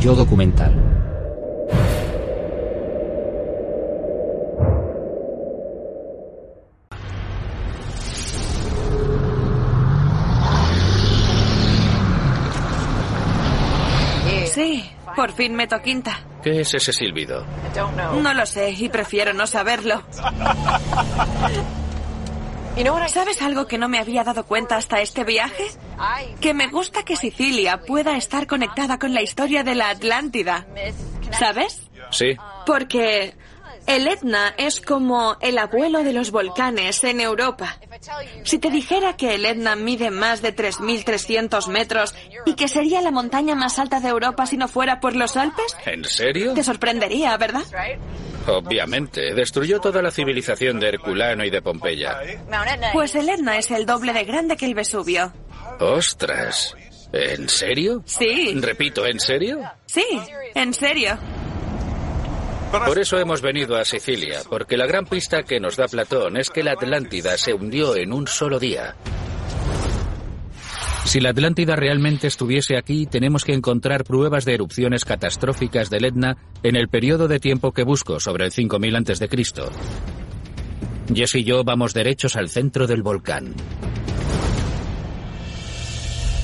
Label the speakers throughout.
Speaker 1: Yo documental.
Speaker 2: Sí, por fin meto quinta.
Speaker 3: ¿Qué es ese silbido?
Speaker 2: No lo sé y prefiero no saberlo. ¿Sabes algo que no me había dado cuenta hasta este viaje? Que me gusta que Sicilia pueda estar conectada con la historia de la Atlántida. ¿Sabes?
Speaker 3: Sí,
Speaker 2: Porque el Etna es como el abuelo de los volcanes en Europa. Si te dijera que el Etna mide más de 3.300 metros y que sería la montaña más alta de Europa si no fuera por los Alpes,
Speaker 3: ¿en serio?
Speaker 2: te sorprendería, ¿verdad?
Speaker 3: Obviamente, destruyó toda la civilización de Herculano y de Pompeya.
Speaker 2: Pues el Etna es el doble de grande que el Vesubio.
Speaker 3: Ostras, ¿en serio?
Speaker 2: Sí,
Speaker 3: Repito, ¿en serio?
Speaker 2: sí, en serio.
Speaker 3: Por eso hemos venido a Sicilia, porque la gran pista que nos da Platón es que la Atlántida se hundió en un solo día. Si la Atlántida realmente estuviese aquí, tenemos que encontrar pruebas de erupciones catastróficas del Etna en el periodo de tiempo que busco, sobre el 5000 a.C. Jess y yo vamos derechos al centro del volcán.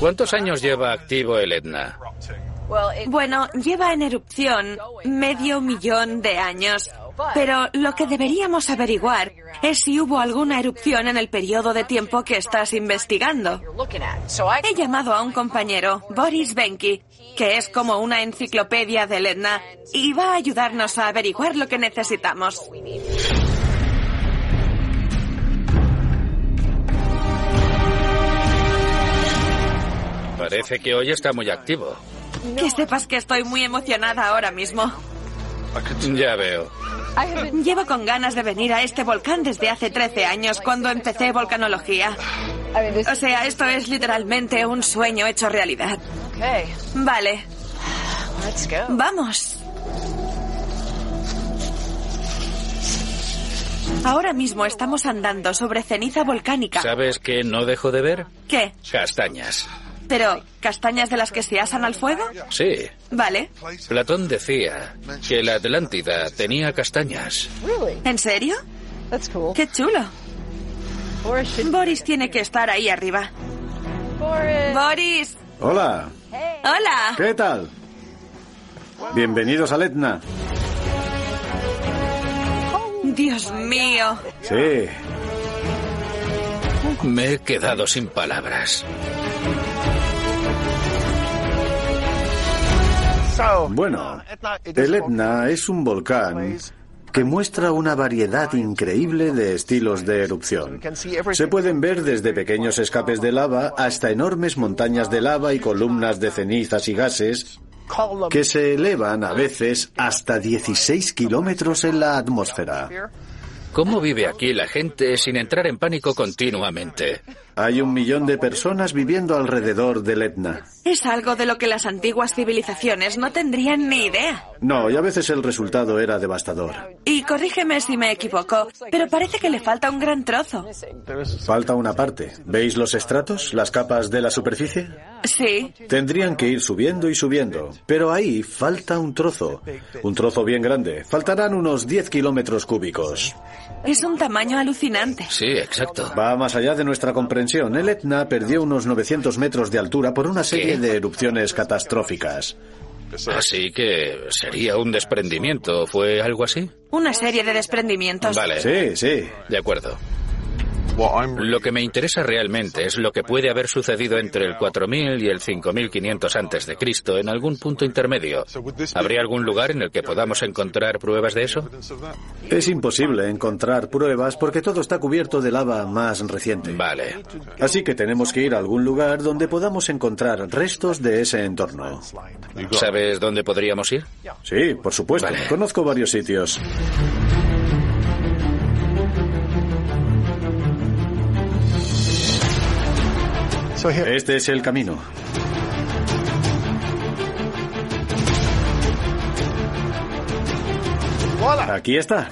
Speaker 3: ¿Cuántos años lleva activo el Etna?
Speaker 2: Bueno, lleva en erupción medio millón de años. Pero lo que deberíamos averiguar es si hubo alguna erupción en el periodo de tiempo que estás investigando. He llamado a un compañero, Boris Benki, que es como una enciclopedia del Etna, y va a ayudarnos a averiguar lo que necesitamos.
Speaker 3: Parece que hoy está muy activo.
Speaker 2: Que sepas que estoy muy emocionada ahora mismo.
Speaker 3: Ya veo.
Speaker 2: Llevo con ganas de venir a este volcán desde hace 13 años, cuando empecé volcanología. O sea, esto es literalmente un sueño hecho realidad. Vale, vamos. Ahora mismo estamos andando sobre ceniza volcánica.
Speaker 3: ¿Sabes qué no dejo de ver?
Speaker 2: ¿Qué?
Speaker 3: Castañas.
Speaker 2: ¿Pero castañas de las que se asan al fuego?
Speaker 3: Sí.
Speaker 2: Vale.
Speaker 3: Platón decía que la Atlántida tenía castañas.
Speaker 2: ¿En serio? ¡Qué chulo! Boris tiene que estar ahí arriba. Boris,
Speaker 4: Hola,
Speaker 2: hola.
Speaker 4: ¿qué tal? Bienvenidos a Etna.
Speaker 2: Dios mío.
Speaker 4: Sí,
Speaker 3: Me he quedado sin palabras.
Speaker 5: uh,
Speaker 4: bueno, el Etna es un volcán que muestra una variedad increíble de estilos de erupción. Se pueden ver desde pequeños escapes de lava hasta enormes montañas de lava y columnas de cenizas y gases que se elevan a veces hasta 16 kilómetros en la atmósfera.
Speaker 3: ¿Cómo vive aquí la gente sin entrar en pánico continuamente?
Speaker 4: Hay un millón de personas viviendo alrededor del Etna.
Speaker 2: Es algo de lo que las antiguas civilizaciones no tendrían ni idea.
Speaker 4: No, y a veces el resultado era devastador.
Speaker 2: Y corrígeme si me equivoco, pero parece que le falta un gran trozo.
Speaker 4: Falta una parte. ¿Veis los estratos, las capas de la superficie?
Speaker 2: Sí,
Speaker 4: Tendrían que ir subiendo y subiendo, pero ahí falta un trozo. Un trozo bien grande. Faltarán unos 10 kilómetros cúbicos.
Speaker 2: es un tamaño alucinante.
Speaker 3: Sí, exacto.
Speaker 4: Va más allá de nuestra comprensión. El Etna perdió unos 900 metros de altura por una serie
Speaker 3: ¿Qué?
Speaker 4: de erupciones catastróficas.
Speaker 3: Así que sería un desprendimiento, ¿fue algo así?
Speaker 2: Una serie de desprendimientos.
Speaker 3: Vale,
Speaker 4: Sí, sí.
Speaker 3: de acuerdo. Lo que me interesa realmente es lo que puede haber sucedido entre el 4000 y el 5500 antes de Cristo en algún punto intermedio. ¿Habría algún lugar en el que podamos encontrar pruebas de eso?
Speaker 4: Es imposible encontrar pruebas porque todo está cubierto de lava más reciente.
Speaker 3: Vale.
Speaker 4: Así que tenemos que ir a algún lugar donde podamos encontrar restos de ese entorno.
Speaker 3: ¿Sabes dónde podríamos ir?
Speaker 4: Sí, por supuesto.
Speaker 3: Vale.
Speaker 4: Conozco varios sitios. Este es el camino. Aquí está.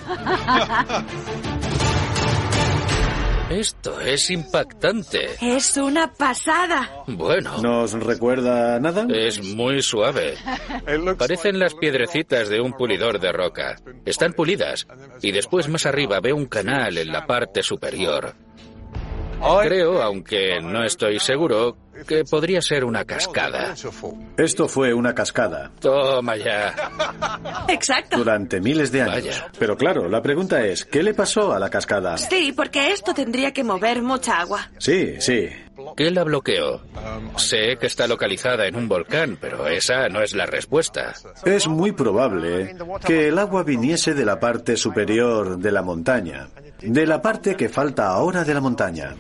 Speaker 3: Esto es impactante.
Speaker 2: Es una pasada.
Speaker 3: Bueno,
Speaker 4: ¿Nos recuerda nada?
Speaker 3: es muy suave. Parecen las piedrecitas de un pulidor de roca. Están pulidas. Y después más arriba ve un canal en la parte superior. Creo, aunque no estoy seguro, que podría ser una cascada.
Speaker 4: Esto fue una cascada
Speaker 3: Toma ya.
Speaker 2: Exacto.
Speaker 4: durante miles de años.
Speaker 3: Vaya.
Speaker 4: Pero claro, la pregunta es, ¿qué le pasó a la cascada?
Speaker 2: Sí, porque esto tendría que mover mucha agua.
Speaker 4: Sí, sí.
Speaker 3: ¿Qué la bloqueó? Sé que está localizada en un volcán, pero esa no es la respuesta.
Speaker 4: Es muy probable que el agua viniese de la parte superior de la montaña, de la parte que falta ahora de la montaña.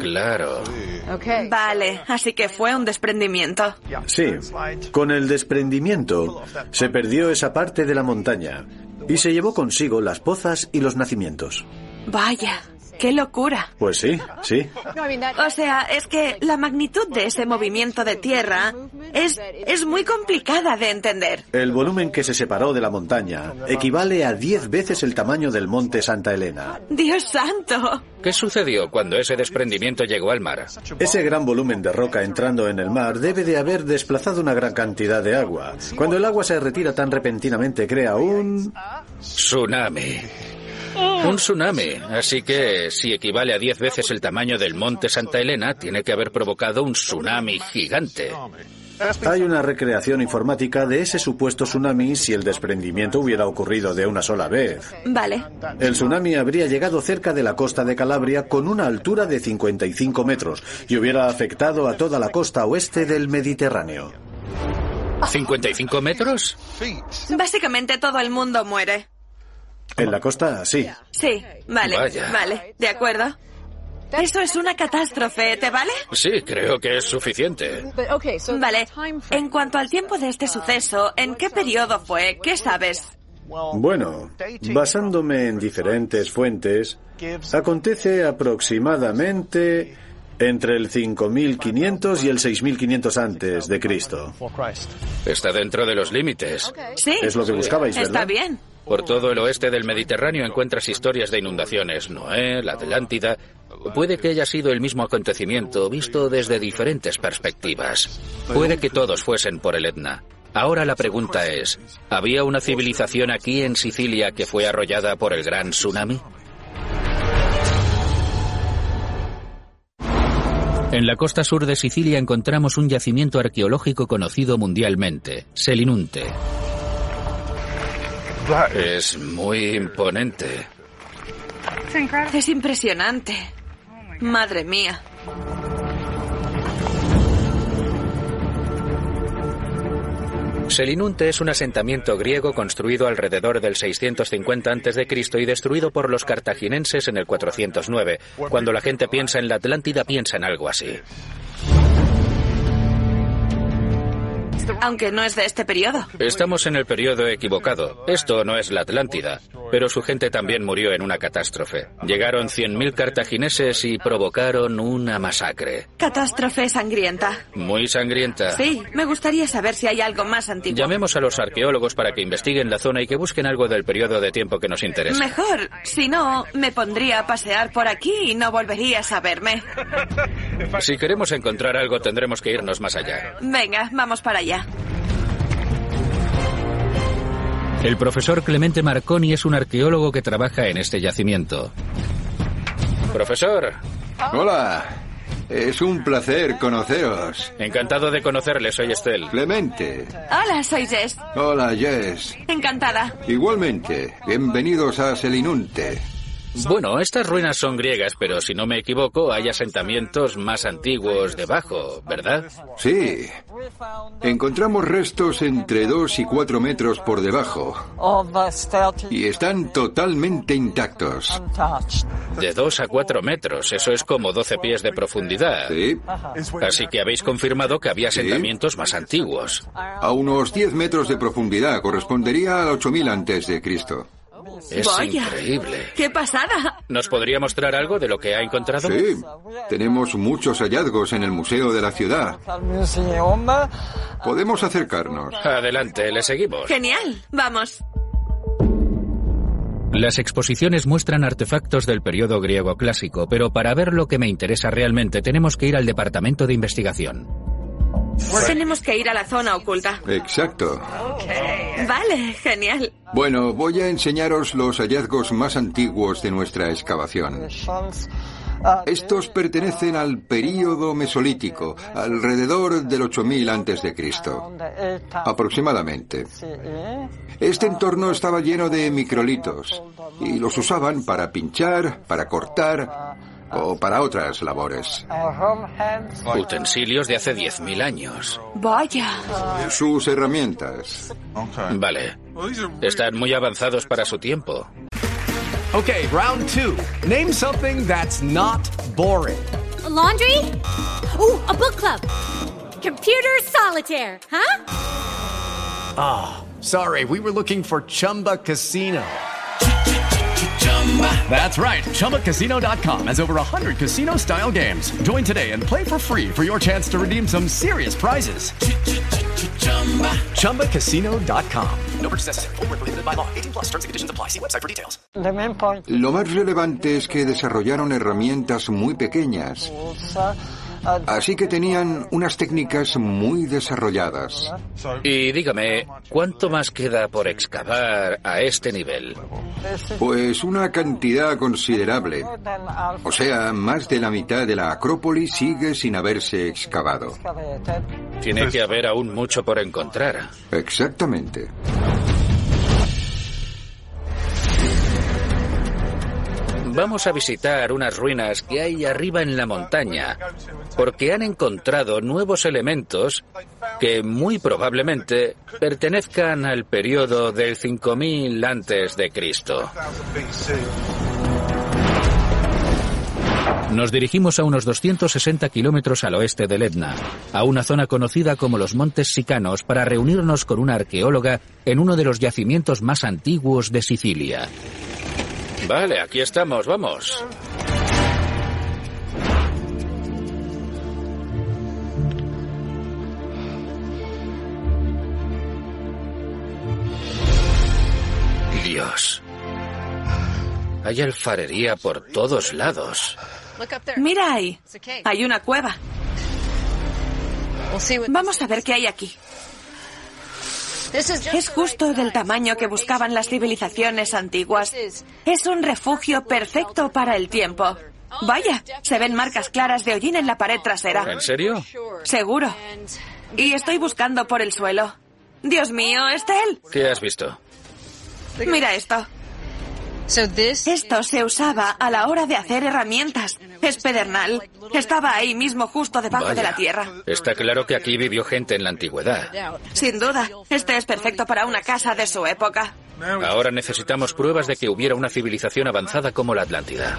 Speaker 3: Claro.
Speaker 2: Vale, así que fue un desprendimiento.
Speaker 4: Sí, con el desprendimiento se perdió esa parte de la montaña y se llevó consigo las pozas y los nacimientos.
Speaker 2: Vaya, qué locura.
Speaker 4: Pues sí, sí.
Speaker 2: O sea, es que la magnitud de ese movimiento de tierra es, es muy complicada de entender.
Speaker 4: El volumen que se separó de la montaña equivale a 10 veces el tamaño del monte Santa Elena.
Speaker 2: Dios santo.
Speaker 3: ¿Qué sucedió cuando ese desprendimiento llegó al mar?
Speaker 4: Ese gran volumen de roca entrando en el mar debe de haber desplazado una gran cantidad de agua. Cuando el agua se retira tan repentinamente crea un...
Speaker 3: Tsunami. Un tsunami. Así que, si equivale a 10 veces el tamaño del monte Santa Elena, tiene que haber provocado un tsunami gigante.
Speaker 4: Hay una recreación informática de ese supuesto tsunami si el desprendimiento hubiera ocurrido de una sola vez.
Speaker 2: Vale.
Speaker 4: El tsunami habría llegado cerca de la costa de Calabria con una altura de 55 metros y hubiera afectado a toda la costa oeste del Mediterráneo.
Speaker 3: ¿55 metros?
Speaker 2: Básicamente todo el mundo muere.
Speaker 4: En la costa, sí.
Speaker 2: Sí, vale,
Speaker 3: Vaya.
Speaker 2: vale, de acuerdo. Eso es una catástrofe, ¿te vale?
Speaker 3: Sí, creo que es suficiente.
Speaker 2: Vale. En cuanto al tiempo de este suceso, ¿en qué periodo fue? ¿Qué sabes?
Speaker 4: Bueno, basándome en diferentes fuentes, acontece aproximadamente entre el 5500 y el 6500 antes de Cristo.
Speaker 3: Está dentro de los límites.
Speaker 2: Sí.
Speaker 4: Es lo que buscabais, ¿verdad?
Speaker 2: Está bien.
Speaker 3: Por todo el oeste del Mediterráneo encuentras historias de inundaciones. Noé, la Atlántida. Puede que haya sido el mismo acontecimiento visto desde diferentes perspectivas. Puede que todos fuesen por el Etna. Ahora la pregunta es, ¿había una civilización aquí en Sicilia que fue arrollada por el gran tsunami? En la costa sur de Sicilia encontramos un yacimiento arqueológico conocido mundialmente, Selinunte. Es muy imponente.
Speaker 2: Es impresionante. Madre mía.
Speaker 3: Selinunte es un asentamiento griego construido alrededor del 650 a.C. y destruido por los cartaginenses en el 409. Cuando la gente piensa en la Atlántida, piensa en algo así.
Speaker 2: Aunque no es de este periodo.
Speaker 3: Estamos en el periodo equivocado. Esto no es la Atlántida. Pero su gente también murió en una catástrofe. Llegaron 100.000 cartagineses y provocaron una masacre.
Speaker 2: Catástrofe sangrienta.
Speaker 3: Muy sangrienta.
Speaker 2: Sí, me gustaría saber si hay algo más antiguo.
Speaker 3: Llamemos a los arqueólogos para que investiguen la zona y que busquen algo del periodo de tiempo que nos interesa.
Speaker 2: Mejor, si no, me pondría a pasear por aquí y no volverías a verme.
Speaker 3: Si queremos encontrar algo, tendremos que irnos más allá.
Speaker 2: Venga, vamos para allá.
Speaker 3: El profesor Clemente Marconi es un arqueólogo que trabaja en este yacimiento. Profesor,
Speaker 1: Hola, es un placer conoceros.
Speaker 3: encantado de conocerle, soy Estel.
Speaker 1: Clemente.
Speaker 2: Hola, soy Jess.
Speaker 1: Hola, Jess.
Speaker 2: Encantada.
Speaker 1: Igualmente, bienvenidos a Selinunte.
Speaker 3: Bueno, estas ruinas son griegas, pero si no me equivoco, hay asentamientos más antiguos debajo, ¿verdad?
Speaker 1: Sí. Encontramos restos entre 2 y 4 metros por debajo y están totalmente intactos.
Speaker 3: De 2 a 4 metros, eso es como 12 pies de profundidad.
Speaker 1: Sí.
Speaker 3: Así que habéis confirmado que había asentamientos más antiguos.
Speaker 1: A unos 10 metros de profundidad correspondería al 8000 antes de Cristo.
Speaker 3: Es
Speaker 2: Vaya.
Speaker 3: increíble.
Speaker 2: ¡Qué pasada!
Speaker 3: ¿Nos podría mostrar algo de lo que ha encontrado?
Speaker 1: Sí. Tenemos muchos hallazgos en el museo de la ciudad. Podemos acercarnos.
Speaker 3: Adelante, le seguimos.
Speaker 2: Genial. Vamos.
Speaker 3: Las exposiciones muestran artefactos del periodo griego clásico, pero para ver lo que me interesa realmente tenemos que ir al departamento de investigación.
Speaker 2: Tenemos que ir a la zona oculta.
Speaker 1: Exacto.
Speaker 2: Vale, genial.
Speaker 1: Bueno, voy a enseñaros los hallazgos más antiguos de nuestra excavación. Estos pertenecen al período mesolítico, alrededor del 8000 antes de Cristo, aproximadamente. Este entorno estaba lleno de microlitos y los usaban para pinchar, para cortar o para otras labores.
Speaker 3: Utensilios de hace 10.000 años.
Speaker 2: Vaya.
Speaker 1: Sus herramientas.
Speaker 3: Vale. Están muy avanzados para su tiempo.
Speaker 6: Okay, round two. Name something that's not boring.
Speaker 7: A laundry? Ooh, a book club. Computer solitaire, huh?
Speaker 6: Sorry, we were looking for Chumba Casino. That's right. ChumbaCasino.com has over 100 casino-style games. Join today and play for free for your chance to redeem some serious prizes. ChumbaCasino.com. No purchase necessary. Void where prohibited by law. 18 plus. Terms and conditions apply. See website for details.
Speaker 1: Lo más relevante es que desarrollaron herramientas muy pequeñas, así que tenían unas técnicas muy desarrolladas.
Speaker 3: Y dígame, ¿cuánto más queda por excavar a este nivel?
Speaker 1: Pues una cantidad considerable. O sea, más de la mitad de la Acrópolis sigue sin haberse excavado.
Speaker 3: Tiene que haber aún mucho por encontrar.
Speaker 1: Exactamente.
Speaker 3: Vamos a visitar unas ruinas que hay arriba en la montaña, porque han encontrado nuevos elementos que muy probablemente pertenezcan al periodo del 5000 antes de Cristo. Nos dirigimos a unos 260 kilómetros al oeste del Etna, a una zona conocida como los Montes Sicanos, para reunirnos con una arqueóloga en uno de los yacimientos más antiguos de Sicilia. Vale, aquí estamos, vamos. Dios. Hay alfarería por todos lados.
Speaker 2: Mira ahí. Hay una cueva. Vamos a ver qué hay aquí. Es justo del tamaño que buscaban las civilizaciones antiguas. Es un refugio perfecto para el tiempo.
Speaker 8: Oh,
Speaker 2: Vaya, se ven marcas claras de hollín en la pared trasera.
Speaker 3: ¿En serio?
Speaker 2: Seguro. Y estoy buscando por el suelo. Dios mío, Estel.
Speaker 3: ¿Qué has visto?
Speaker 2: Mira esto. Esto se usaba a la hora de hacer herramientas. Es pedernal. Estaba ahí mismo justo debajo de la
Speaker 3: Vaya.
Speaker 2: tierra.
Speaker 3: Está claro que aquí vivió gente en la antigüedad.
Speaker 2: Sin duda, este es perfecto para una casa de su época.
Speaker 3: Ahora necesitamos pruebas de que hubiera una civilización avanzada como la Atlántida.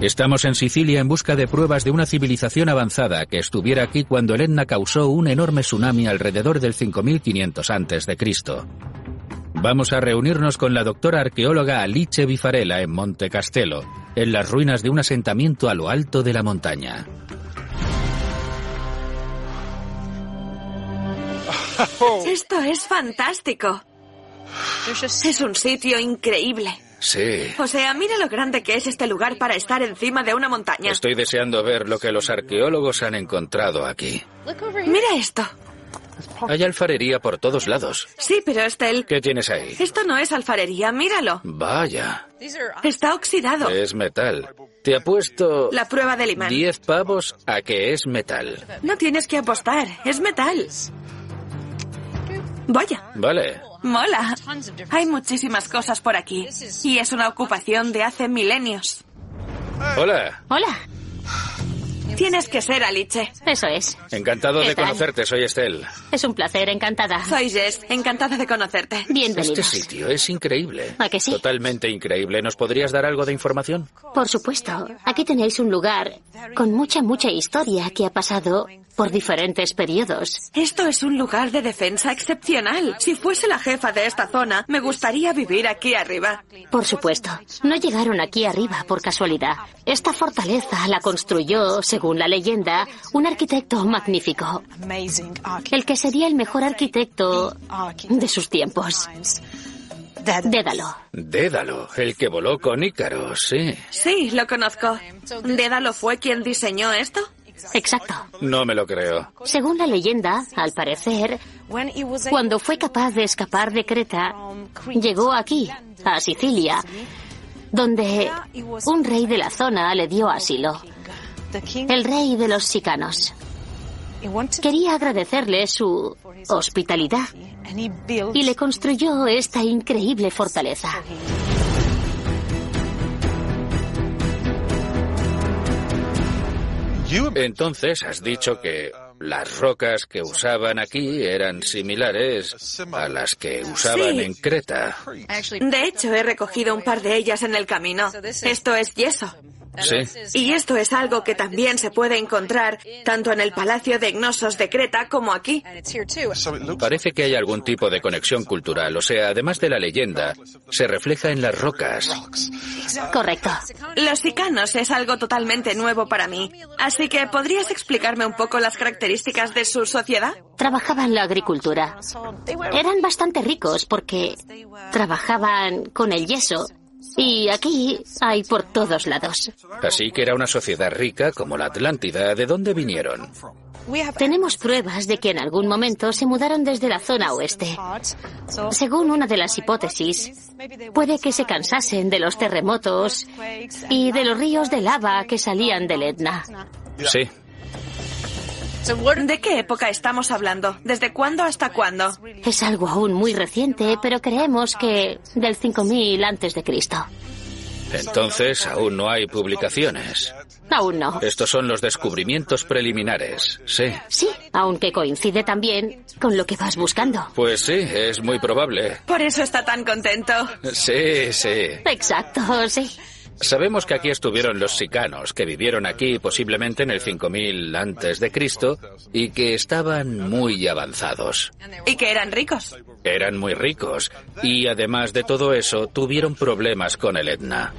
Speaker 3: Estamos en Sicilia en busca de pruebas de una civilización avanzada que estuviera aquí cuando el Etna causó un enorme tsunami alrededor del 5500 antes de Cristo. Vamos a reunirnos con la doctora arqueóloga Alice Bifarella en Monte Castelo, en las ruinas de un asentamiento a lo alto de la montaña.
Speaker 2: Esto es fantástico. Es un sitio increíble.
Speaker 3: Sí,
Speaker 2: O sea, mira lo grande que es este lugar para estar encima de una montaña.
Speaker 3: estoy deseando ver lo que los arqueólogos han encontrado aquí.
Speaker 2: Mira esto.
Speaker 3: Hay alfarería por todos lados.
Speaker 2: Sí, pero Estel,
Speaker 3: ¿Qué tienes ahí?
Speaker 2: esto no es alfarería, míralo.
Speaker 3: Vaya,
Speaker 2: Está oxidado.
Speaker 3: es metal. Te apuesto
Speaker 2: La prueba del imán.
Speaker 3: 10 pavos a que es metal.
Speaker 2: No tienes que apostar, es metal. Vaya.
Speaker 3: Vale.
Speaker 2: Mola. Hay muchísimas cosas por aquí. Y es una ocupación de hace milenios.
Speaker 3: Hola.
Speaker 8: Hola,
Speaker 2: Tienes que ser Aliche.
Speaker 8: eso es.
Speaker 3: Encantado
Speaker 8: ¿Qué
Speaker 3: de
Speaker 8: tal?
Speaker 3: conocerte, soy Estel.
Speaker 8: Es un placer, encantada.
Speaker 2: Soy Jess. Encantada de conocerte.
Speaker 3: Este
Speaker 8: Bienvenidos.
Speaker 3: sitio es increíble.
Speaker 8: ¿A que sí?
Speaker 3: Totalmente increíble. ¿Nos podrías dar algo de información?
Speaker 8: Por supuesto, aquí tenéis un lugar con mucha, mucha historia que ha pasado por diferentes periodos.
Speaker 2: Esto es un lugar de defensa excepcional. Si fuese la jefa de esta zona, me gustaría vivir aquí arriba.
Speaker 8: Por supuesto, no llegaron aquí arriba por casualidad. Esta fortaleza la construyó, según la leyenda, un arquitecto magnífico,
Speaker 9: amazing
Speaker 8: el que sería el mejor arquitecto de
Speaker 9: architecto
Speaker 8: sus tiempos, Dédalo.
Speaker 3: Dédalo, el que voló con Ícaro, sí.
Speaker 2: Sí, lo conozco. ¿Dédalo fue quien diseñó esto?
Speaker 8: Exacto.
Speaker 3: No me lo creo.
Speaker 8: Según la leyenda, al parecer, Cuando fue capaz de escapar de Creta, llegó aquí, a Sicilia, donde un rey de la zona le dio asilo, el rey de los sicanos. Quería agradecerle su hospitalidad y le construyó esta increíble fortaleza.
Speaker 3: Entonces has dicho que las rocas que usaban aquí eran similares a las que usaban
Speaker 2: Sí.
Speaker 3: en Creta.
Speaker 2: De hecho, he recogido un par de ellas en el camino. Esto es yeso.
Speaker 3: Sí.
Speaker 2: Y esto es algo que también se puede encontrar tanto en el Palacio de Gnosos de Creta como aquí.
Speaker 3: Parece que hay algún tipo de conexión cultural, o sea, además de la leyenda, se refleja en las rocas.
Speaker 8: Correcto.
Speaker 2: Los sicanos es algo totalmente nuevo para mí, así que ¿podrías explicarme un poco las características de su sociedad?
Speaker 8: Trabajaban la agricultura. Eran bastante ricos porque trabajaban con el yeso y aquí hay por todos lados.
Speaker 3: Así que era una sociedad rica como la Atlántida, ¿de dónde vinieron?
Speaker 8: Tenemos pruebas de que en algún momento se mudaron desde la zona oeste. Según una de las hipótesis, puede que se cansasen de los terremotos y de los ríos de lava que salían del Etna.
Speaker 3: Eh, Sí.
Speaker 2: ¿De qué época estamos hablando? ¿Desde cuándo hasta cuándo?
Speaker 8: Es algo aún muy reciente, pero creemos que del 5000 antes de Cristo.
Speaker 3: Entonces aún no hay publicaciones.
Speaker 8: Aún no.
Speaker 3: Estos son los descubrimientos preliminares. Sí.
Speaker 8: Sí, aunque coincide también con lo que vas buscando.
Speaker 3: Pues sí, es muy probable.
Speaker 2: Por eso está tan contento.
Speaker 3: Sí, sí.
Speaker 8: Exacto, sí.
Speaker 3: Sabemos que aquí estuvieron los sicanos, que vivieron aquí posiblemente en el 5000 antes de Cristo y que estaban muy avanzados.
Speaker 2: Y que eran ricos.
Speaker 3: Eran muy ricos y además de todo eso tuvieron problemas con el Etna.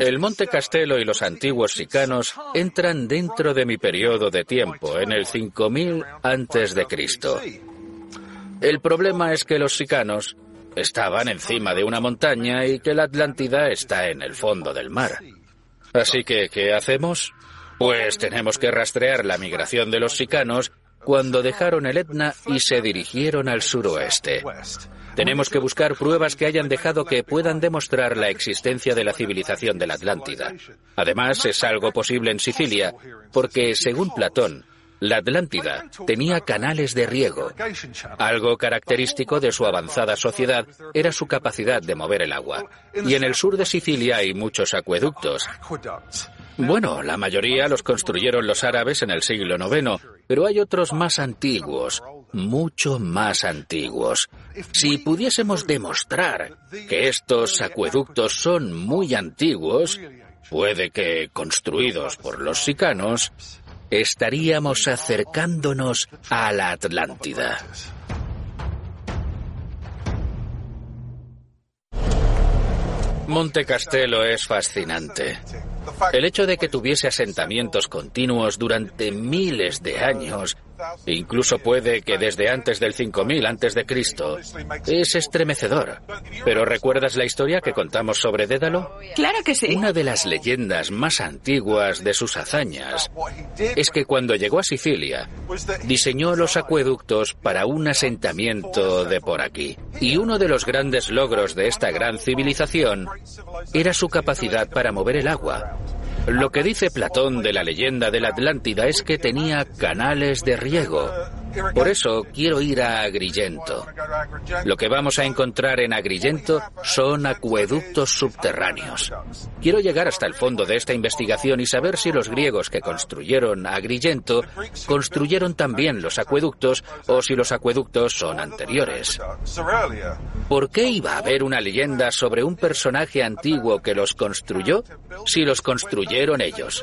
Speaker 3: El Monte Castelo y los antiguos sicanos entran dentro de mi periodo de tiempo, en el 5000 antes de Cristo. El problema es que los sicanos estaban encima de una montaña y que la Atlántida está en el fondo del mar. Así que, ¿qué hacemos? Pues tenemos que rastrear la migración de los sicanos cuando dejaron el Etna y se dirigieron al suroeste. Tenemos que buscar pruebas que hayan dejado que puedan demostrar la existencia de la civilización de la Atlántida. Además, es algo posible en Sicilia, porque, según Platón, la Atlántida tenía canales de riego. Algo característico de su avanzada sociedad era su capacidad de mover el agua. Y en el sur de Sicilia hay muchos acueductos, bueno, la mayoría los construyeron los árabes en el siglo IX, pero hay otros más antiguos, mucho más antiguos. Si pudiésemos demostrar que estos acueductos son muy antiguos, puede que construidos por los sicanos, estaríamos acercándonos a la Atlántida. Monte Castelo es fascinante. El hecho de que tuviese asentamientos continuos durante miles de años, incluso puede que desde antes del 5000 antes de Cristo, es estremecedor. Pero ¿recuerdas la historia que contamos sobre Dédalo?
Speaker 2: Claro que sí.
Speaker 3: Una de las leyendas más antiguas de sus hazañas es que cuando llegó a Sicilia, diseñó los acueductos para un asentamiento de por aquí. Y uno de los grandes logros de esta gran civilización era su capacidad para mover el agua. Lo que dice Platón de la leyenda de la Atlántida es que tenía canales de riego. Por eso quiero ir a Agrigento. Lo que vamos a encontrar en Agrigento son acueductos subterráneos. Quiero llegar hasta el fondo de esta investigación y saber si los griegos que construyeron Agrigento construyeron también los acueductos o si los acueductos son anteriores. ¿Por qué iba a haber una leyenda sobre un personaje antiguo que los construyó si los construyeron ellos?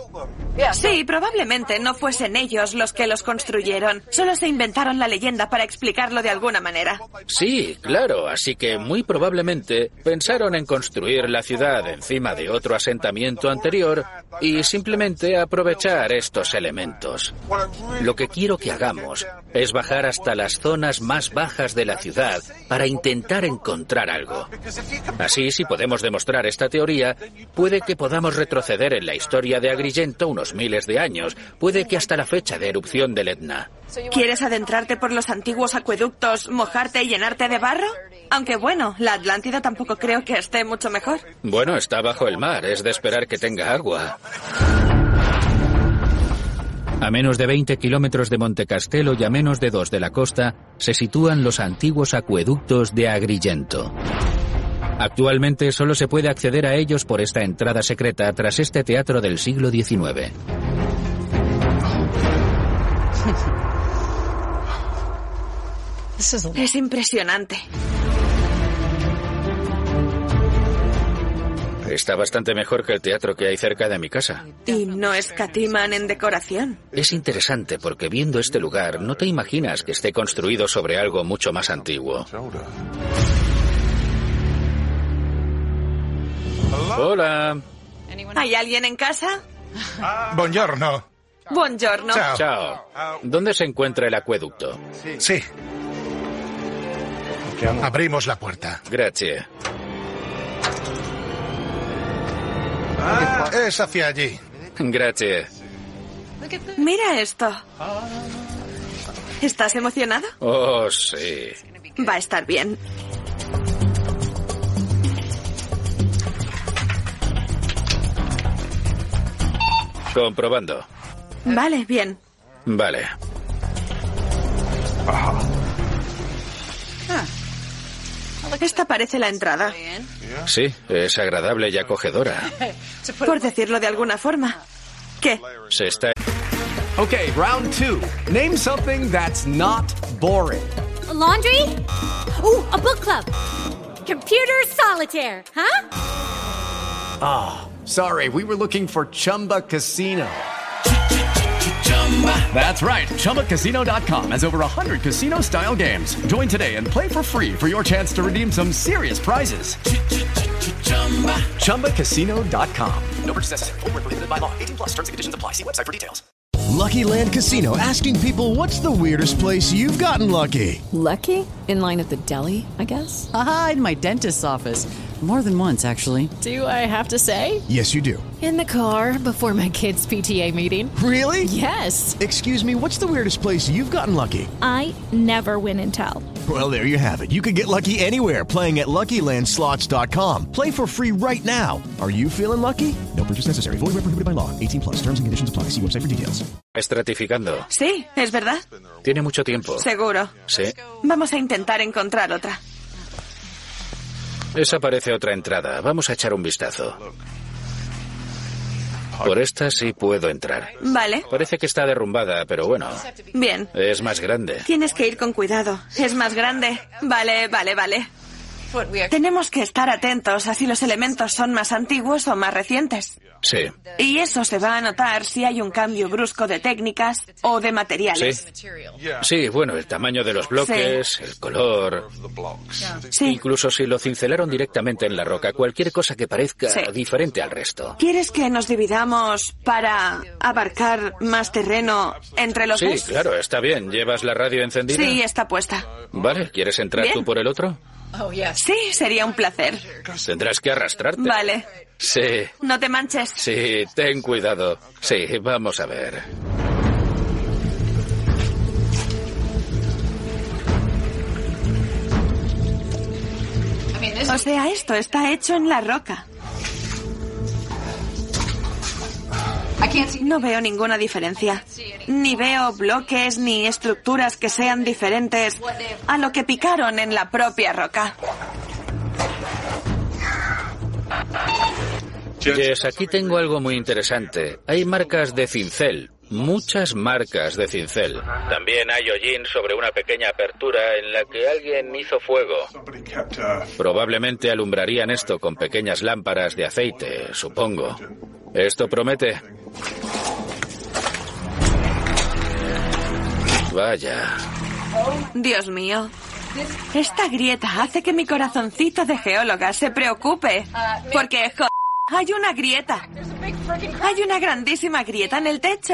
Speaker 2: Sí, probablemente no fuesen ellos los que los construyeron. Solo se inventaron la leyenda para explicarlo de alguna manera.
Speaker 3: Sí, claro, así que muy probablemente pensaron en construir la ciudad encima de otro asentamiento anterior y simplemente aprovechar estos elementos. Lo que quiero que hagamos es bajar hasta las zonas más bajas de la ciudad para intentar encontrar algo. Así, si podemos demostrar esta teoría, puede que podamos retroceder en la historia de Agrigento unos miles de años, puede que hasta la fecha de erupción del Etna.
Speaker 2: ¿Quieres adentrarte por los antiguos acueductos, mojarte y llenarte de barro? Aunque bueno, la Atlántida tampoco creo que esté mucho mejor.
Speaker 3: Bueno, está bajo el mar, es de esperar que tenga agua. A menos de 20 kilómetros de Montecastelo y a menos de 2 de la costa se sitúan los antiguos acueductos de Agrigento. Actualmente solo se puede acceder a ellos por esta entrada secreta tras este teatro del siglo XIX.
Speaker 2: Es impresionante.
Speaker 3: Está bastante mejor que el teatro que hay cerca de mi casa.
Speaker 2: Y no escatiman en decoración.
Speaker 3: Es interesante porque viendo este lugar no te imaginas que esté construido sobre algo mucho más antiguo. Hola.
Speaker 2: ¿Hay alguien en casa?
Speaker 9: Buongiorno.
Speaker 2: Buongiorno.
Speaker 9: Chao.
Speaker 3: Chao. ¿Dónde se encuentra el acueducto?
Speaker 9: Sí. Abrimos la puerta.
Speaker 3: Gracias.
Speaker 9: Es hacia allí.
Speaker 3: Gracias.
Speaker 2: Mira esto. ¿Estás emocionado?
Speaker 3: Oh, sí.
Speaker 2: Va a estar bien.
Speaker 3: Comprobando.
Speaker 2: Vale, bien.
Speaker 3: Vale.
Speaker 2: Esta parece la entrada,
Speaker 3: Sí, es agradable y acogedora.
Speaker 2: por decirlo de alguna forma. ¿Qué?
Speaker 3: Se está...
Speaker 6: Okay, round two. Name something that's not boring.
Speaker 7: A laundry? Ooh, a book club. Computer solitaire, huh?
Speaker 6: Sorry, we were looking for Chumba Casino. That's right. ChumbaCasino.com has over 100 casino style games. Join today and play for free for your chance to redeem some serious prizes. ChumbaCasino.com. No purchase necessary. Void where prohibited by law. 18 plus terms and conditions apply. See website for details.
Speaker 10: Lucky Land Casino asking people what's the weirdest place you've gotten lucky?
Speaker 11: Lucky? In line at the deli, I guess?
Speaker 12: Aha, in my dentist's office. More than once, actually.
Speaker 11: Do I have to say?
Speaker 10: Yes, you do.
Speaker 11: In the car before my kids' PTA meeting.
Speaker 10: Really?
Speaker 11: Yes.
Speaker 10: Excuse me, what's the weirdest place you've gotten lucky?
Speaker 13: I never win and tell.
Speaker 10: Well, there you have it. You can get lucky anywhere playing at LuckyLandSlots.com. Play for free right now. Are you feeling lucky? No purchase necessary. Void where prohibited by law. 18 plus. Terms and conditions apply. See website for details.
Speaker 3: Estratificando.
Speaker 2: Sí, es verdad.
Speaker 3: Tiene mucho tiempo.
Speaker 2: Seguro.
Speaker 3: Sí.
Speaker 2: Vamos a intentar encontrar otra.
Speaker 3: Esa parece otra entrada. Vamos a echar un vistazo. Por esta sí puedo entrar.
Speaker 2: Vale,
Speaker 3: Parece que está derrumbada, pero bueno,
Speaker 2: bien.
Speaker 3: es más grande.
Speaker 2: Tienes que ir con cuidado. Es más grande. Vale, vale, vale. Tenemos que estar atentos a si los elementos son más antiguos o más recientes.
Speaker 3: Sí,
Speaker 2: Y eso se va a notar si hay un cambio brusco de técnicas o de
Speaker 3: sí.
Speaker 2: materiales.
Speaker 3: Sí, bueno, el tamaño de los bloques, el color,
Speaker 2: Sí.
Speaker 3: incluso si lo cincelaron directamente en la roca, cualquier cosa que parezca
Speaker 2: Sí.
Speaker 3: diferente al resto.
Speaker 2: ¿Quieres que nos dividamos para abarcar más terreno entre los
Speaker 3: Sí,
Speaker 2: dos?
Speaker 3: claro, está bien. ¿Llevas la radio encendida?
Speaker 2: Sí, está puesta.
Speaker 3: Vale, ¿quieres entrar
Speaker 2: Bien.
Speaker 3: tú por el otro?
Speaker 2: Sí, sería un placer.
Speaker 3: Tendrás que arrastrarte.
Speaker 2: Vale.
Speaker 3: Sí,
Speaker 2: No te manches.
Speaker 3: sí, ten cuidado. Sí, vamos a ver.
Speaker 2: O sea, esto está hecho en la roca. No veo ninguna diferencia. Ni veo bloques ni estructuras que sean diferentes a lo que picaron en la propia roca.
Speaker 3: Jess, aquí tengo algo muy interesante. Hay marcas de cincel. Muchas marcas de cincel. También hay hollín sobre una pequeña apertura en la que alguien hizo fuego. Probablemente alumbrarían esto con pequeñas lámparas de aceite, supongo. Esto promete. Vaya.
Speaker 2: Dios mío. Esta grieta hace que mi corazoncito de geóloga se preocupe. Porque, jo- hay una grieta. Hay una grandísima grieta en el techo.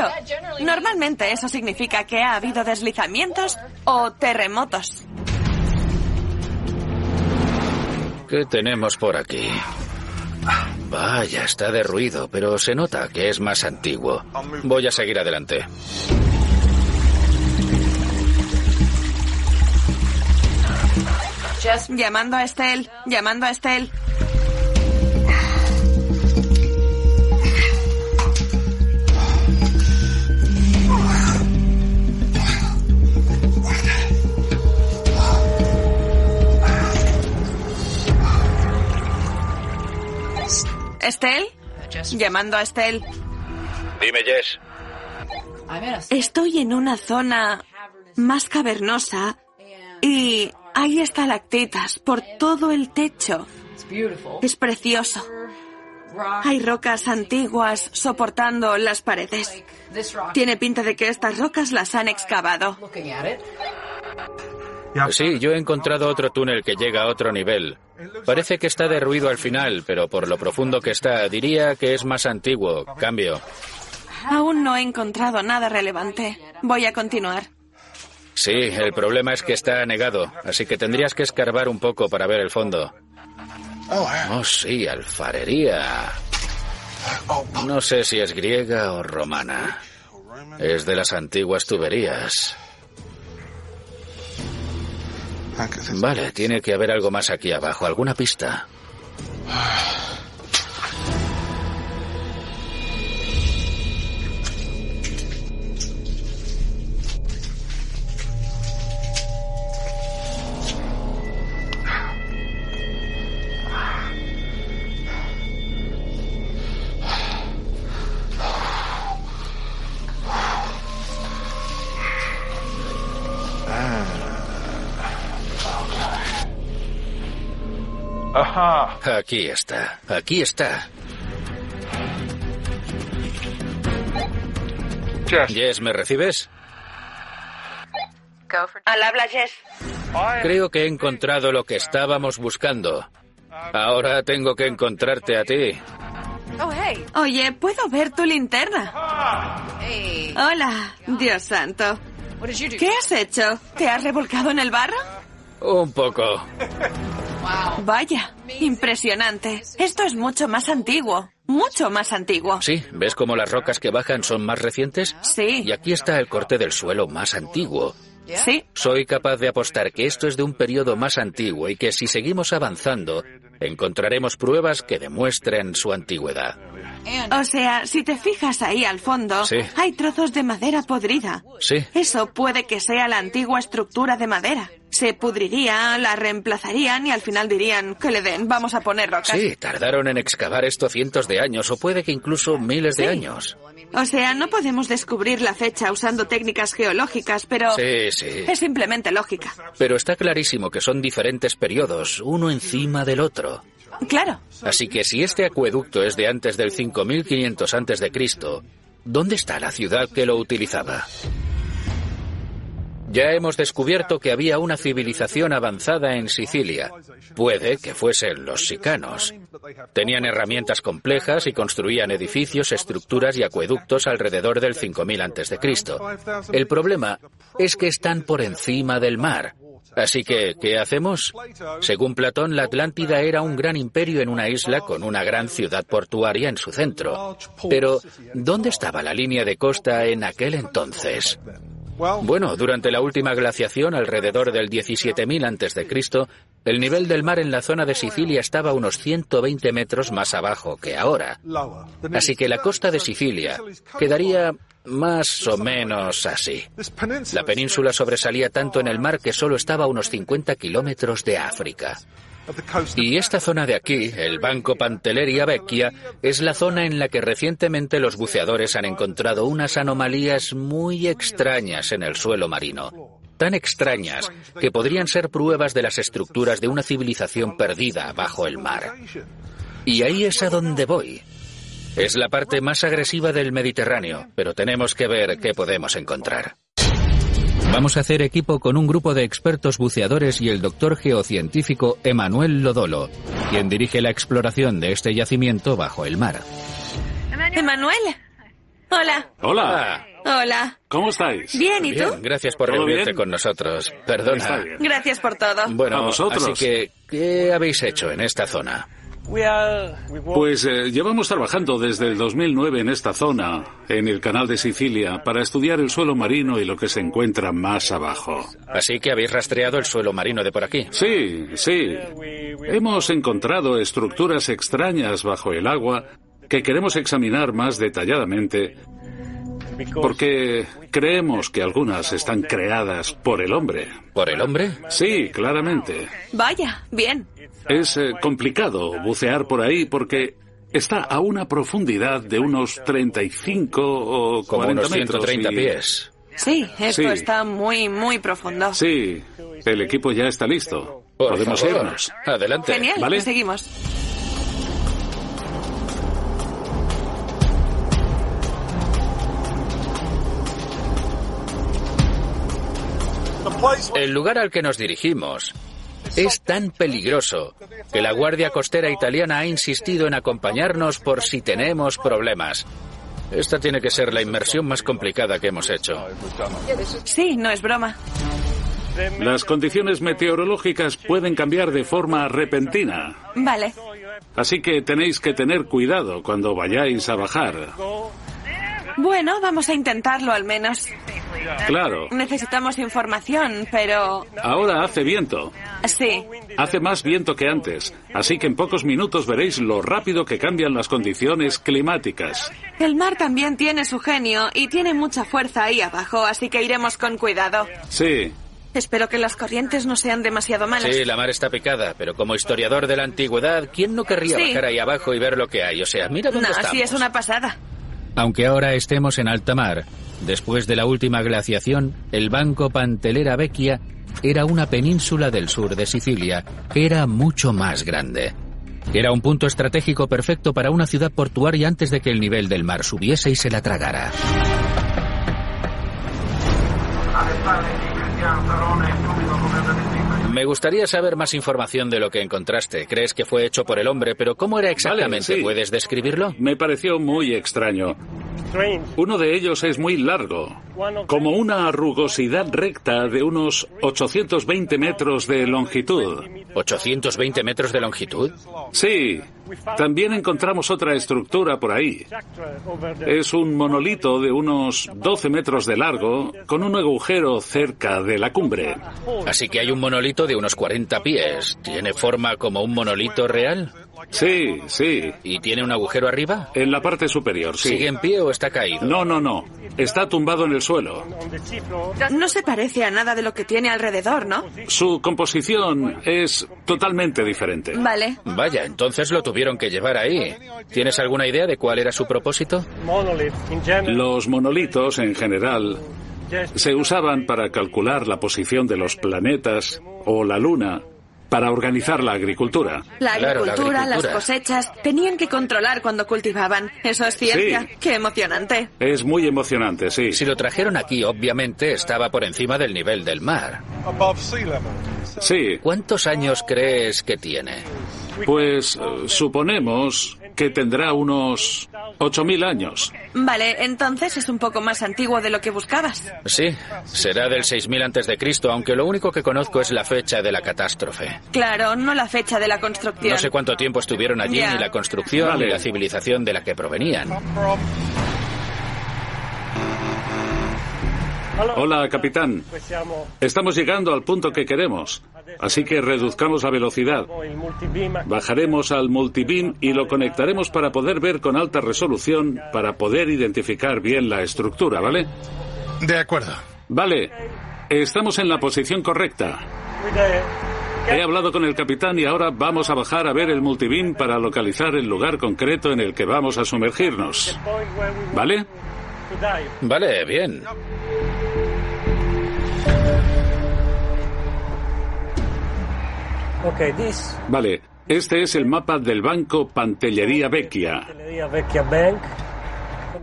Speaker 2: Normalmente eso significa que ha habido deslizamientos o terremotos.
Speaker 3: ¿Qué tenemos por aquí? Vaya, está derruido, pero se nota que es más antiguo. Voy a seguir adelante.
Speaker 2: Llamando a Estelle, llamando a Estelle. Estelle, llamando a Estelle.
Speaker 3: Dime, Jess.
Speaker 2: Estoy en una zona más cavernosa y hay estalactitas por todo el techo. Es precioso. Hay rocas antiguas soportando las paredes. Tiene pinta de que estas rocas las han excavado.
Speaker 3: Sí, yo he encontrado otro túnel que llega a otro nivel. Parece que está derruido al final, pero por lo profundo que está, diría que es más antiguo. Cambio.
Speaker 2: Aún no he encontrado nada relevante. Voy a continuar.
Speaker 3: Sí, el problema es que está anegado, así que tendrías que escarbar un poco para ver el fondo.
Speaker 9: eh.
Speaker 3: Oh, sí, alfarería. No sé si es griega o romana. Es de las antiguas tuberías. Vale, tiene que haber algo más aquí abajo, alguna pista. Aquí está, aquí está. Jess, ¿me recibes?
Speaker 2: Al habla Jess.
Speaker 3: Creo que he encontrado lo que estábamos buscando. Ahora tengo que encontrarte a ti.
Speaker 8: Oh,
Speaker 2: Oye, puedo ver tu linterna. Hola, Dios santo. ¿Qué has hecho? ¿Te has revolcado en el barro?
Speaker 3: Un poco.
Speaker 2: Vaya, impresionante. Esto es mucho más antiguo, mucho más antiguo.
Speaker 3: Sí, ¿ves cómo las rocas que bajan son más recientes?
Speaker 2: Sí.
Speaker 3: Y aquí está el corte del suelo más antiguo.
Speaker 2: Sí.
Speaker 3: Soy capaz de apostar que esto es de un periodo más antiguo y que si seguimos avanzando, encontraremos pruebas que demuestren su antigüedad.
Speaker 2: O sea, si te fijas ahí al fondo,
Speaker 3: Sí.
Speaker 2: hay trozos de madera podrida.
Speaker 3: Sí,
Speaker 2: Eso puede que sea la antigua estructura de madera. Se pudriría, la reemplazarían y al final dirían que le den, vamos a poner rocas.
Speaker 3: sí, tardaron en excavar esto cientos de años o puede que incluso miles de
Speaker 2: Sí.
Speaker 3: años.
Speaker 2: O sea, no podemos descubrir la fecha usando técnicas geológicas, pero
Speaker 3: Sí, sí.
Speaker 2: es simplemente lógica.
Speaker 3: Pero está clarísimo que son diferentes periodos, uno encima del otro.
Speaker 2: Claro.
Speaker 3: Así que si este acueducto es de antes del 5500 antes de Cristo, ¿dónde está la ciudad que lo utilizaba? Ya hemos descubierto que había una civilización avanzada en Sicilia. Puede que fuesen los sicanos. Tenían herramientas complejas y construían edificios, estructuras y acueductos alrededor del 5000 antes de Cristo. El problema es que están por encima del mar. Así que, ¿qué hacemos? Según Platón, la Atlántida era un gran imperio en una isla con una gran ciudad portuaria en su centro. Pero, ¿dónde estaba la línea de costa en aquel entonces? Bueno, durante la última glaciación, alrededor del 17.000 a.C., el nivel del mar en la zona de Sicilia estaba unos 120 metros más abajo que ahora. Así que la costa de Sicilia quedaría más o menos así. La península sobresalía tanto en el mar que solo estaba a unos 50 kilómetros de África. Y esta zona de aquí, el Banco Pantelleria Vecchia, es la zona en la que recientemente los buceadores han encontrado unas anomalías muy extrañas en el suelo marino. Tan extrañas que podrían ser pruebas de las estructuras de una civilización perdida bajo el mar. Y ahí es a donde voy. Es la parte más agresiva del Mediterráneo, pero tenemos que ver qué podemos encontrar. Vamos a hacer equipo con un grupo de expertos buceadores y el doctor geocientífico Emanuel Lodolo, quien dirige la exploración de este yacimiento bajo el mar.
Speaker 2: Emanuel. Hola.
Speaker 5: Hola.
Speaker 2: Hola.
Speaker 5: ¿Cómo estáis?
Speaker 2: Bien, ¿y tú?
Speaker 3: Ah, gracias por
Speaker 5: Ah, ¿Todo
Speaker 3: reunirte
Speaker 5: bien?
Speaker 3: con nosotros.
Speaker 5: Está
Speaker 3: Perdona.
Speaker 5: bien.
Speaker 2: Gracias por todo.
Speaker 3: Bueno,
Speaker 5: A vosotros.
Speaker 3: así que, ¿qué habéis hecho en esta zona?
Speaker 5: Pues eh, llevamos trabajando desde el 2009 en esta zona, en el canal de Sicilia, para estudiar el suelo marino y lo que se encuentra más abajo.
Speaker 3: Así que habéis rastreado el suelo marino de por aquí.
Speaker 5: Sí, sí. Hemos encontrado estructuras extrañas bajo el agua que queremos examinar más detalladamente porque creemos que algunas están creadas por el hombre.
Speaker 3: ¿Por el hombre?
Speaker 5: Sí, claramente.
Speaker 2: Vaya, bien.
Speaker 5: Es eh, complicado bucear por ahí porque está a una profundidad de unos 35 o 40
Speaker 3: Como unos
Speaker 5: metros
Speaker 3: 130
Speaker 5: y-
Speaker 3: pies.
Speaker 2: Sí, esto
Speaker 5: Sí.
Speaker 2: está muy, muy profundo.
Speaker 5: Sí, el equipo ya está listo.
Speaker 3: Por
Speaker 5: Podemos
Speaker 3: favor.
Speaker 5: irnos.
Speaker 3: Adelante.
Speaker 2: Genial,
Speaker 5: ¿Vale?
Speaker 2: seguimos.
Speaker 3: El lugar al que nos dirigimos es tan peligroso que la Guardia Costera Italiana ha insistido en acompañarnos por si tenemos problemas. Esta tiene que ser la inmersión más complicada que hemos hecho.
Speaker 2: Sí, no es broma.
Speaker 5: Las condiciones meteorológicas pueden cambiar de forma repentina,
Speaker 2: Vale.
Speaker 5: así que tenéis que tener cuidado cuando vayáis a bajar.
Speaker 2: Bueno, vamos a intentarlo al menos.
Speaker 5: Claro,
Speaker 2: Necesitamos información, pero...
Speaker 5: ahora hace viento.
Speaker 2: Sí,
Speaker 5: Hace más viento que antes, así que en pocos minutos veréis lo rápido que cambian las condiciones climáticas.
Speaker 2: el mar también tiene su genio y tiene mucha fuerza ahí abajo, así que iremos con cuidado.
Speaker 5: Sí,
Speaker 2: Espero que las corrientes no sean demasiado malas.
Speaker 3: Sí, la mar está picada, pero como historiador de la antigüedad, ¿quién no querría
Speaker 2: Sí.
Speaker 3: bajar ahí abajo y ver lo que hay? O sea, mira dónde
Speaker 2: no,
Speaker 3: estamos.
Speaker 2: sí, es una pasada.
Speaker 3: Aunque ahora estemos en alta mar, después de la última glaciación, el Banco Pantelera Vecchia era una península del sur de Sicilia que era mucho más grande. Era un punto estratégico perfecto para una ciudad portuaria antes de que el nivel del mar subiese y se la tragara. Me gustaría saber más información de lo que encontraste. Crees que fue hecho por el hombre, pero ¿cómo era exactamente?
Speaker 5: sí.
Speaker 3: ¿Puedes describirlo?
Speaker 5: me pareció muy extraño. Uno de ellos es muy largo, como una rugosidad recta de unos 820 metros de longitud.
Speaker 3: 820 metros de longitud.
Speaker 5: Sí, también encontramos otra estructura por ahí. Es un monolito de unos 12 metros de largo con un agujero cerca de la cumbre.
Speaker 3: Así que hay un monolito de unos 40 pies. ¿Tiene forma como un monolito real?
Speaker 5: Sí, sí.
Speaker 3: ¿Y tiene un agujero arriba?
Speaker 5: En la parte superior, sí.
Speaker 3: ¿Sigue en pie o está caído?
Speaker 5: No, no, no. Está tumbado en el suelo.
Speaker 2: No se parece a nada de lo que tiene alrededor, ¿no?
Speaker 5: Su composición es totalmente diferente.
Speaker 2: Vale.
Speaker 3: Vaya, entonces lo tuvieron que llevar ahí. ¿Tienes alguna idea de cuál era su propósito?
Speaker 5: Los monolitos, en general, se usaban para calcular la posición de los planetas o la luna para organizar la agricultura.
Speaker 2: La
Speaker 3: Claro, la
Speaker 2: agricultura, las
Speaker 3: agricultura.
Speaker 2: cosechas, tenían que controlar cuando cultivaban. Eso es ciencia.
Speaker 5: Sí.
Speaker 2: Qué emocionante.
Speaker 5: Es muy emocionante, sí.
Speaker 3: Si lo trajeron aquí, obviamente estaba por encima del nivel del mar.
Speaker 5: Sí,
Speaker 3: ¿Cuántos años crees que tiene?
Speaker 5: pues eh, suponemos que tendrá unos 8.000 años.
Speaker 2: Vale, entonces es un poco más antiguo de lo que buscabas.
Speaker 3: Sí, será del 6000 antes de Cristo, aunque lo único que conozco es la fecha de la catástrofe.
Speaker 2: Claro, no la fecha de la construcción.
Speaker 3: No sé cuánto tiempo estuvieron allí
Speaker 2: Ya.
Speaker 3: ni la construcción
Speaker 5: Vale.
Speaker 3: ni la civilización de la que provenían.
Speaker 5: Hola, capitán. Estamos llegando al punto que queremos, así que reduzcamos la velocidad. Bajaremos al multibeam y lo conectaremos para poder ver con alta resolución, para poder identificar bien la estructura, ¿vale?
Speaker 9: De acuerdo.
Speaker 5: Vale, estamos en la posición correcta. He hablado con el capitán y ahora vamos a bajar a ver el multibeam para localizar el lugar concreto en el que vamos a sumergirnos. ¿Vale? Vale, bien. Vale, este es el mapa del banco Pantellería Vecchia.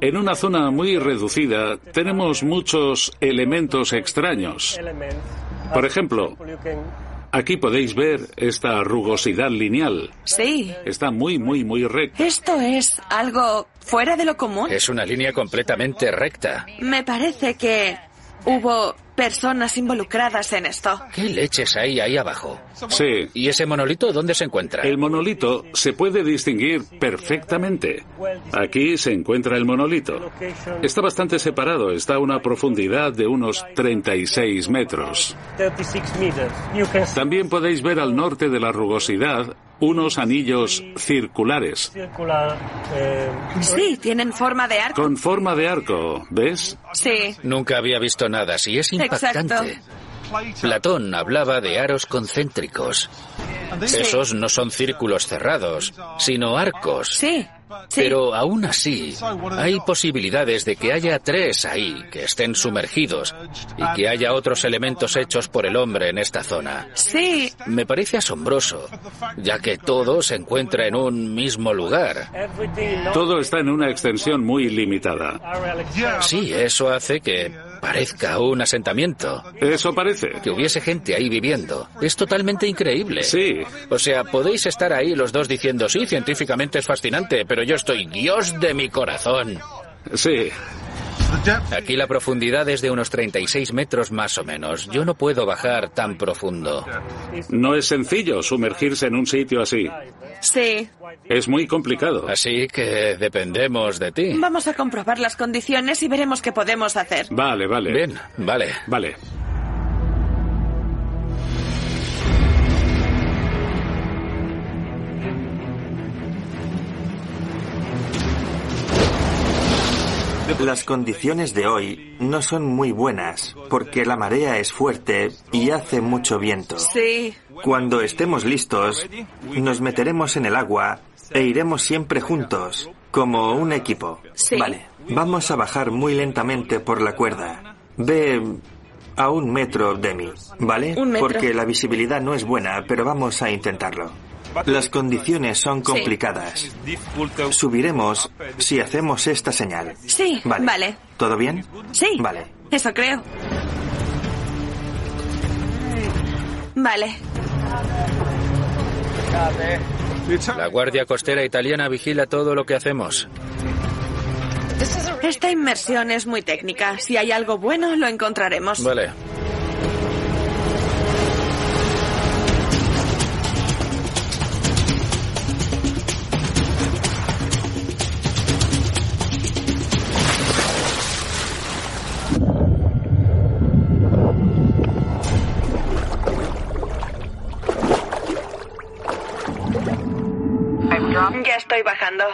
Speaker 5: En una zona muy reducida tenemos muchos elementos extraños. Por ejemplo, aquí podéis ver esta rugosidad lineal.
Speaker 2: Sí.
Speaker 5: Está muy, muy, muy recta.
Speaker 2: Esto es algo fuera de lo común.
Speaker 3: Es una línea completamente recta.
Speaker 2: Me parece que hubo personas involucradas en esto.
Speaker 3: ¿Qué leches hay ahí abajo?
Speaker 5: Sí.
Speaker 3: ¿Y ese monolito dónde se encuentra?
Speaker 5: El monolito se puede distinguir perfectamente. Aquí se encuentra el monolito. Está bastante separado, está a una profundidad de unos 36 metros. También podéis ver al norte de la rugosidad unos anillos circulares
Speaker 2: Sí, tienen forma de arco.
Speaker 5: con forma de arco, ¿ves?
Speaker 2: Sí.
Speaker 3: Nunca había visto nada así. Es impactante. Platón hablaba de aros concéntricos. Esos no son círculos cerrados, sino arcos.
Speaker 2: Sí. sí.
Speaker 3: Pero aún así, hay posibilidades de que haya tres ahí que estén sumergidos y que haya otros elementos hechos por el hombre en esta zona.
Speaker 2: Sí,
Speaker 3: Me parece asombroso, ya que todo se encuentra en un mismo lugar.
Speaker 5: Todo está en una extensión muy limitada.
Speaker 3: Sí, eso hace que parezca un asentamiento.
Speaker 5: Eso parece.
Speaker 3: Que hubiese gente ahí viviendo. Es totalmente increíble.
Speaker 5: Sí.
Speaker 3: O sea, podéis estar ahí los dos diciendo, sí, científicamente es fascinante, pero yo estoy Dios de mi corazón.
Speaker 5: Sí.
Speaker 3: Aquí la profundidad es de unos 36 metros más o menos. Yo no puedo bajar tan profundo.
Speaker 5: No es sencillo sumergirse en un sitio así.
Speaker 2: sí.
Speaker 5: Es muy complicado.
Speaker 3: Así que dependemos de ti.
Speaker 2: Vamos a comprobar las condiciones y veremos qué podemos hacer.
Speaker 5: Vale, vale.
Speaker 3: Bien, vale.
Speaker 5: Vale.
Speaker 14: Las condiciones de hoy no son muy buenas porque la marea es fuerte y hace mucho viento.
Speaker 2: Sí.
Speaker 14: Cuando estemos listos, nos meteremos en el agua e iremos siempre juntos, como un equipo.
Speaker 2: Sí.
Speaker 14: Vale, vamos a bajar muy lentamente por la cuerda. Ve a un metro de mí, ¿vale?
Speaker 2: Un metro.
Speaker 14: Porque la visibilidad no es buena, pero vamos a intentarlo. Las condiciones son complicadas. Subiremos si hacemos esta señal.
Speaker 2: Sí,
Speaker 14: Vale.
Speaker 2: vale.
Speaker 14: ¿Todo bien?
Speaker 2: Sí.
Speaker 14: Vale.
Speaker 2: Eso creo. Vale.
Speaker 3: La Guardia Costera Italiana vigila todo lo que hacemos.
Speaker 2: Esta inmersión es muy técnica. Si hay algo bueno, lo encontraremos.
Speaker 3: Vale.
Speaker 2: Ya estoy bajando.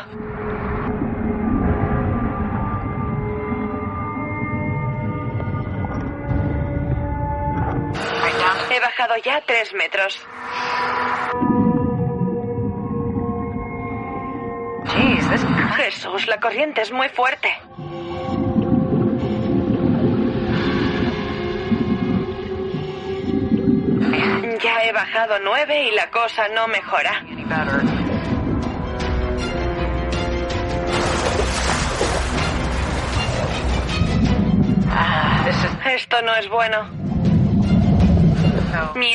Speaker 2: He bajado ya tres metros. Jesús, la corriente es muy fuerte. Ya he bajado nueve y la cosa no mejora. Esto no es bueno. Mi-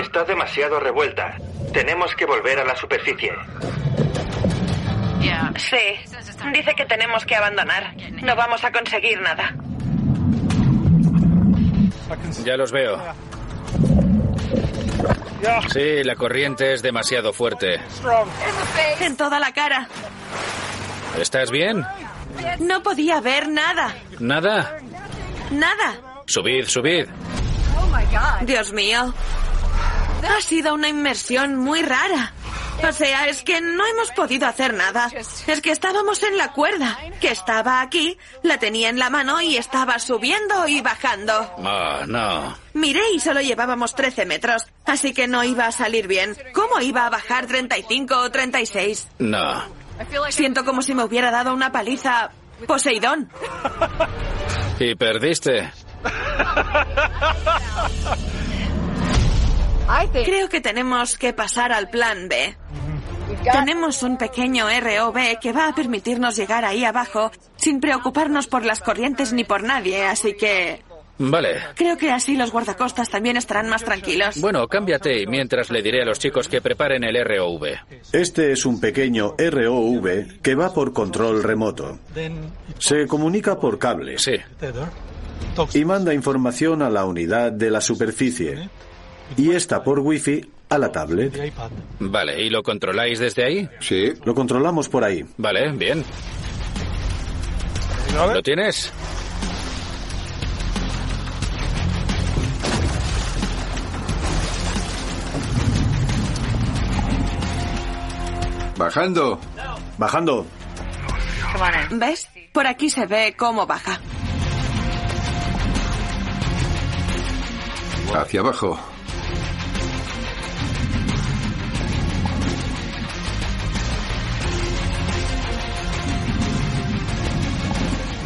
Speaker 14: Está demasiado revuelta. Tenemos que volver a la superficie.
Speaker 2: Sí. Dice que tenemos que abandonar. No vamos a conseguir nada.
Speaker 3: Ya los veo. Sí, la corriente es demasiado fuerte.
Speaker 2: En toda la cara.
Speaker 3: ¿Estás bien?
Speaker 2: No podía ver nada.
Speaker 3: Nada.
Speaker 2: Nada.
Speaker 3: Subid, subid.
Speaker 2: Dios mío. Ha sido una inmersión muy rara. O sea, es que no hemos podido hacer nada. Es que estábamos en la cuerda, que estaba aquí, la tenía en la mano y estaba subiendo y bajando.
Speaker 3: Ah, no.
Speaker 2: Miré y solo llevábamos 13 metros, así que no iba a salir bien. ¿Cómo iba a bajar 35 o 36?
Speaker 3: No.
Speaker 2: Siento como si me hubiera dado una paliza Poseidón.
Speaker 3: Y perdiste.
Speaker 2: Creo que tenemos que pasar al plan B. Tenemos un pequeño ROV que va a permitirnos llegar ahí abajo sin preocuparnos por las corrientes ni por nadie, así que...
Speaker 3: Vale.
Speaker 2: Creo que así los guardacostas también estarán más tranquilos.
Speaker 3: Bueno, cámbiate y mientras le diré a los chicos que preparen el ROV.
Speaker 4: Este es un pequeño ROV que va por control remoto. Se comunica por cable.
Speaker 3: Sí.
Speaker 4: Y manda información a la unidad de la superficie. Y esta por Wi-Fi a la tablet.
Speaker 3: Vale, ¿y lo controláis desde ahí?
Speaker 4: Sí. Lo controlamos por ahí.
Speaker 3: Vale, bien. ¿Lo tienes?
Speaker 1: Bajando.
Speaker 4: Bajando.
Speaker 2: ¿Ves? Por aquí se ve cómo baja.
Speaker 1: Hacia abajo.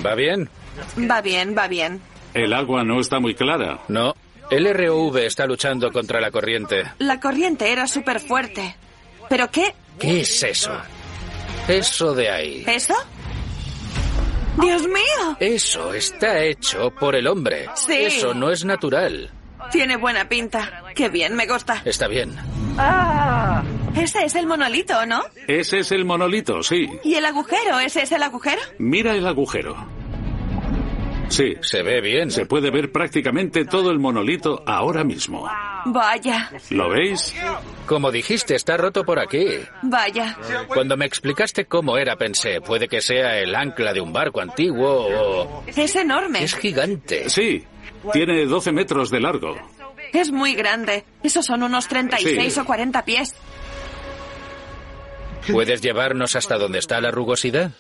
Speaker 3: ¿Va bien?
Speaker 2: Va bien, va bien.
Speaker 5: El agua no está muy clara.
Speaker 3: No. El ROV está luchando contra la corriente.
Speaker 2: La corriente era súper fuerte. ¿Pero qué?
Speaker 3: ¿Qué es eso? Eso de ahí.
Speaker 2: ¿Eso? ¡Dios mío!
Speaker 3: Eso está hecho por el hombre.
Speaker 2: Sí.
Speaker 3: Eso no es natural.
Speaker 2: Tiene buena pinta. Qué bien, me gusta.
Speaker 3: Está bien.
Speaker 2: Ah, ese es el monolito, ¿no?
Speaker 5: Ese es el monolito, sí.
Speaker 2: ¿Y el agujero? ¿Ese es el agujero?
Speaker 5: Mira el agujero. Sí.
Speaker 3: Se ve bien.
Speaker 5: Se puede ver prácticamente todo el monolito ahora mismo.
Speaker 2: Vaya,
Speaker 5: ¿Lo veis?
Speaker 3: Como dijiste, está roto por aquí.
Speaker 2: vaya.
Speaker 3: Cuando me explicaste cómo era, pensé, puede que sea el ancla de un barco antiguo o...
Speaker 2: Es enorme.
Speaker 3: Es gigante.
Speaker 5: Sí. Tiene 12 metros de largo.
Speaker 2: Es muy grande. Esos son unos 36
Speaker 5: Sí.
Speaker 2: o 40 pies.
Speaker 3: ¿Puedes llevarnos hasta donde está la rugosidad?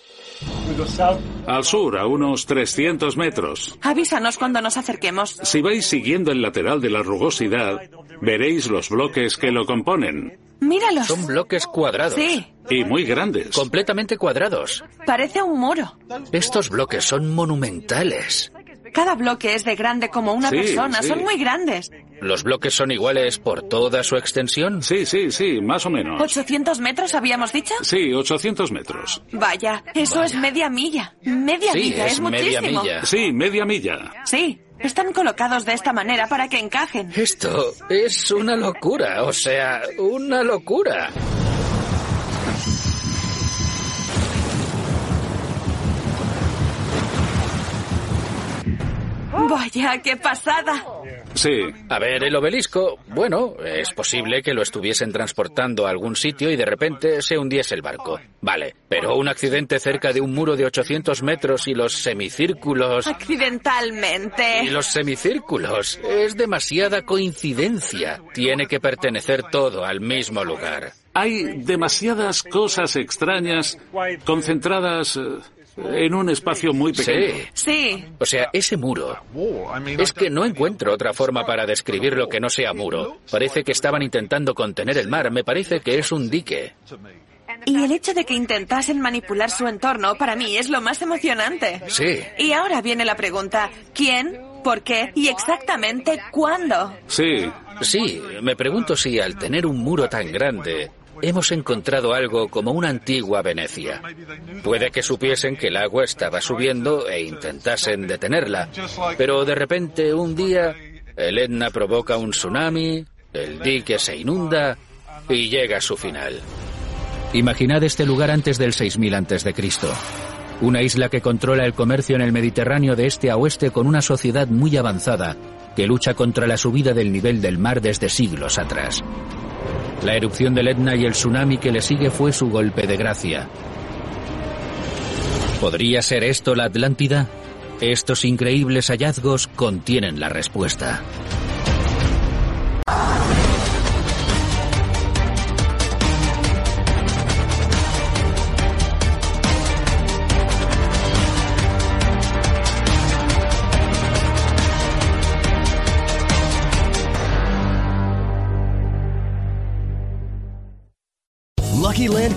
Speaker 5: Al sur, a unos 300 metros.
Speaker 2: Avísanos cuando nos acerquemos.
Speaker 5: Si vais siguiendo el lateral de la rugosidad, veréis los bloques que lo componen.
Speaker 2: Míralos.
Speaker 3: Son bloques cuadrados.
Speaker 2: Sí,
Speaker 5: Y muy grandes.
Speaker 3: Completamente cuadrados.
Speaker 2: parece un muro.
Speaker 3: Estos bloques son monumentales.
Speaker 2: Cada bloque es de grande como una
Speaker 5: Sí,
Speaker 2: persona.
Speaker 5: sí.
Speaker 2: Son muy grandes.
Speaker 3: ¿Los bloques son iguales por toda su extensión?
Speaker 5: Sí, sí, sí, más o menos.
Speaker 2: 800 metros, habíamos dicho.
Speaker 5: Sí, 800 metros.
Speaker 2: Vaya, eso es media milla. Media
Speaker 3: Sí,
Speaker 2: milla, es,
Speaker 3: es media
Speaker 2: muchísimo.
Speaker 3: milla.
Speaker 5: Sí, media milla.
Speaker 2: Sí, están colocados de esta manera para que encajen.
Speaker 3: Esto es una locura, o sea, una locura.
Speaker 2: Vaya, qué pasada.
Speaker 5: Sí,
Speaker 3: A ver, el obelisco, bueno, es posible que lo estuviesen transportando a algún sitio y de repente se hundiese el barco. Vale, pero un accidente cerca de un muro de 800 metros y los semicírculos... Y
Speaker 2: Accidentalmente.
Speaker 3: los semicírculos. Es demasiada coincidencia. Tiene que pertenecer todo al mismo lugar.
Speaker 5: hay demasiadas cosas extrañas concentradas eh, en un espacio muy pequeño.
Speaker 3: Sí.
Speaker 2: Sí,
Speaker 3: O sea, ese muro. Es que no encuentro otra forma para describirlo que no sea muro. Parece que estaban intentando contener el mar. Me parece que es un dique.
Speaker 2: y el hecho de que intentasen manipular su entorno para mí es lo más emocionante.
Speaker 3: Sí.
Speaker 2: Y ahora viene la pregunta, ¿quién, por qué y exactamente cuándo?
Speaker 5: Sí,
Speaker 3: Sí, me pregunto si al tener un muro tan grande hemos encontrado algo como una antigua Venecia. Puede que supiesen que el agua estaba subiendo e intentasen detenerla, pero de repente un día el Etna provoca un tsunami, el dique se inunda y llega a su final. Imaginad este lugar antes del 6000 antes de Cristo. Una isla que controla el comercio en el Mediterráneo de este a oeste con una sociedad muy avanzada que lucha contra la subida del nivel del mar desde siglos atrás. La erupción del Etna y el tsunami que le sigue fue su golpe de gracia. ¿Podría ser esto la Atlántida? Estos increíbles hallazgos contienen la respuesta.
Speaker 10: Lucky Land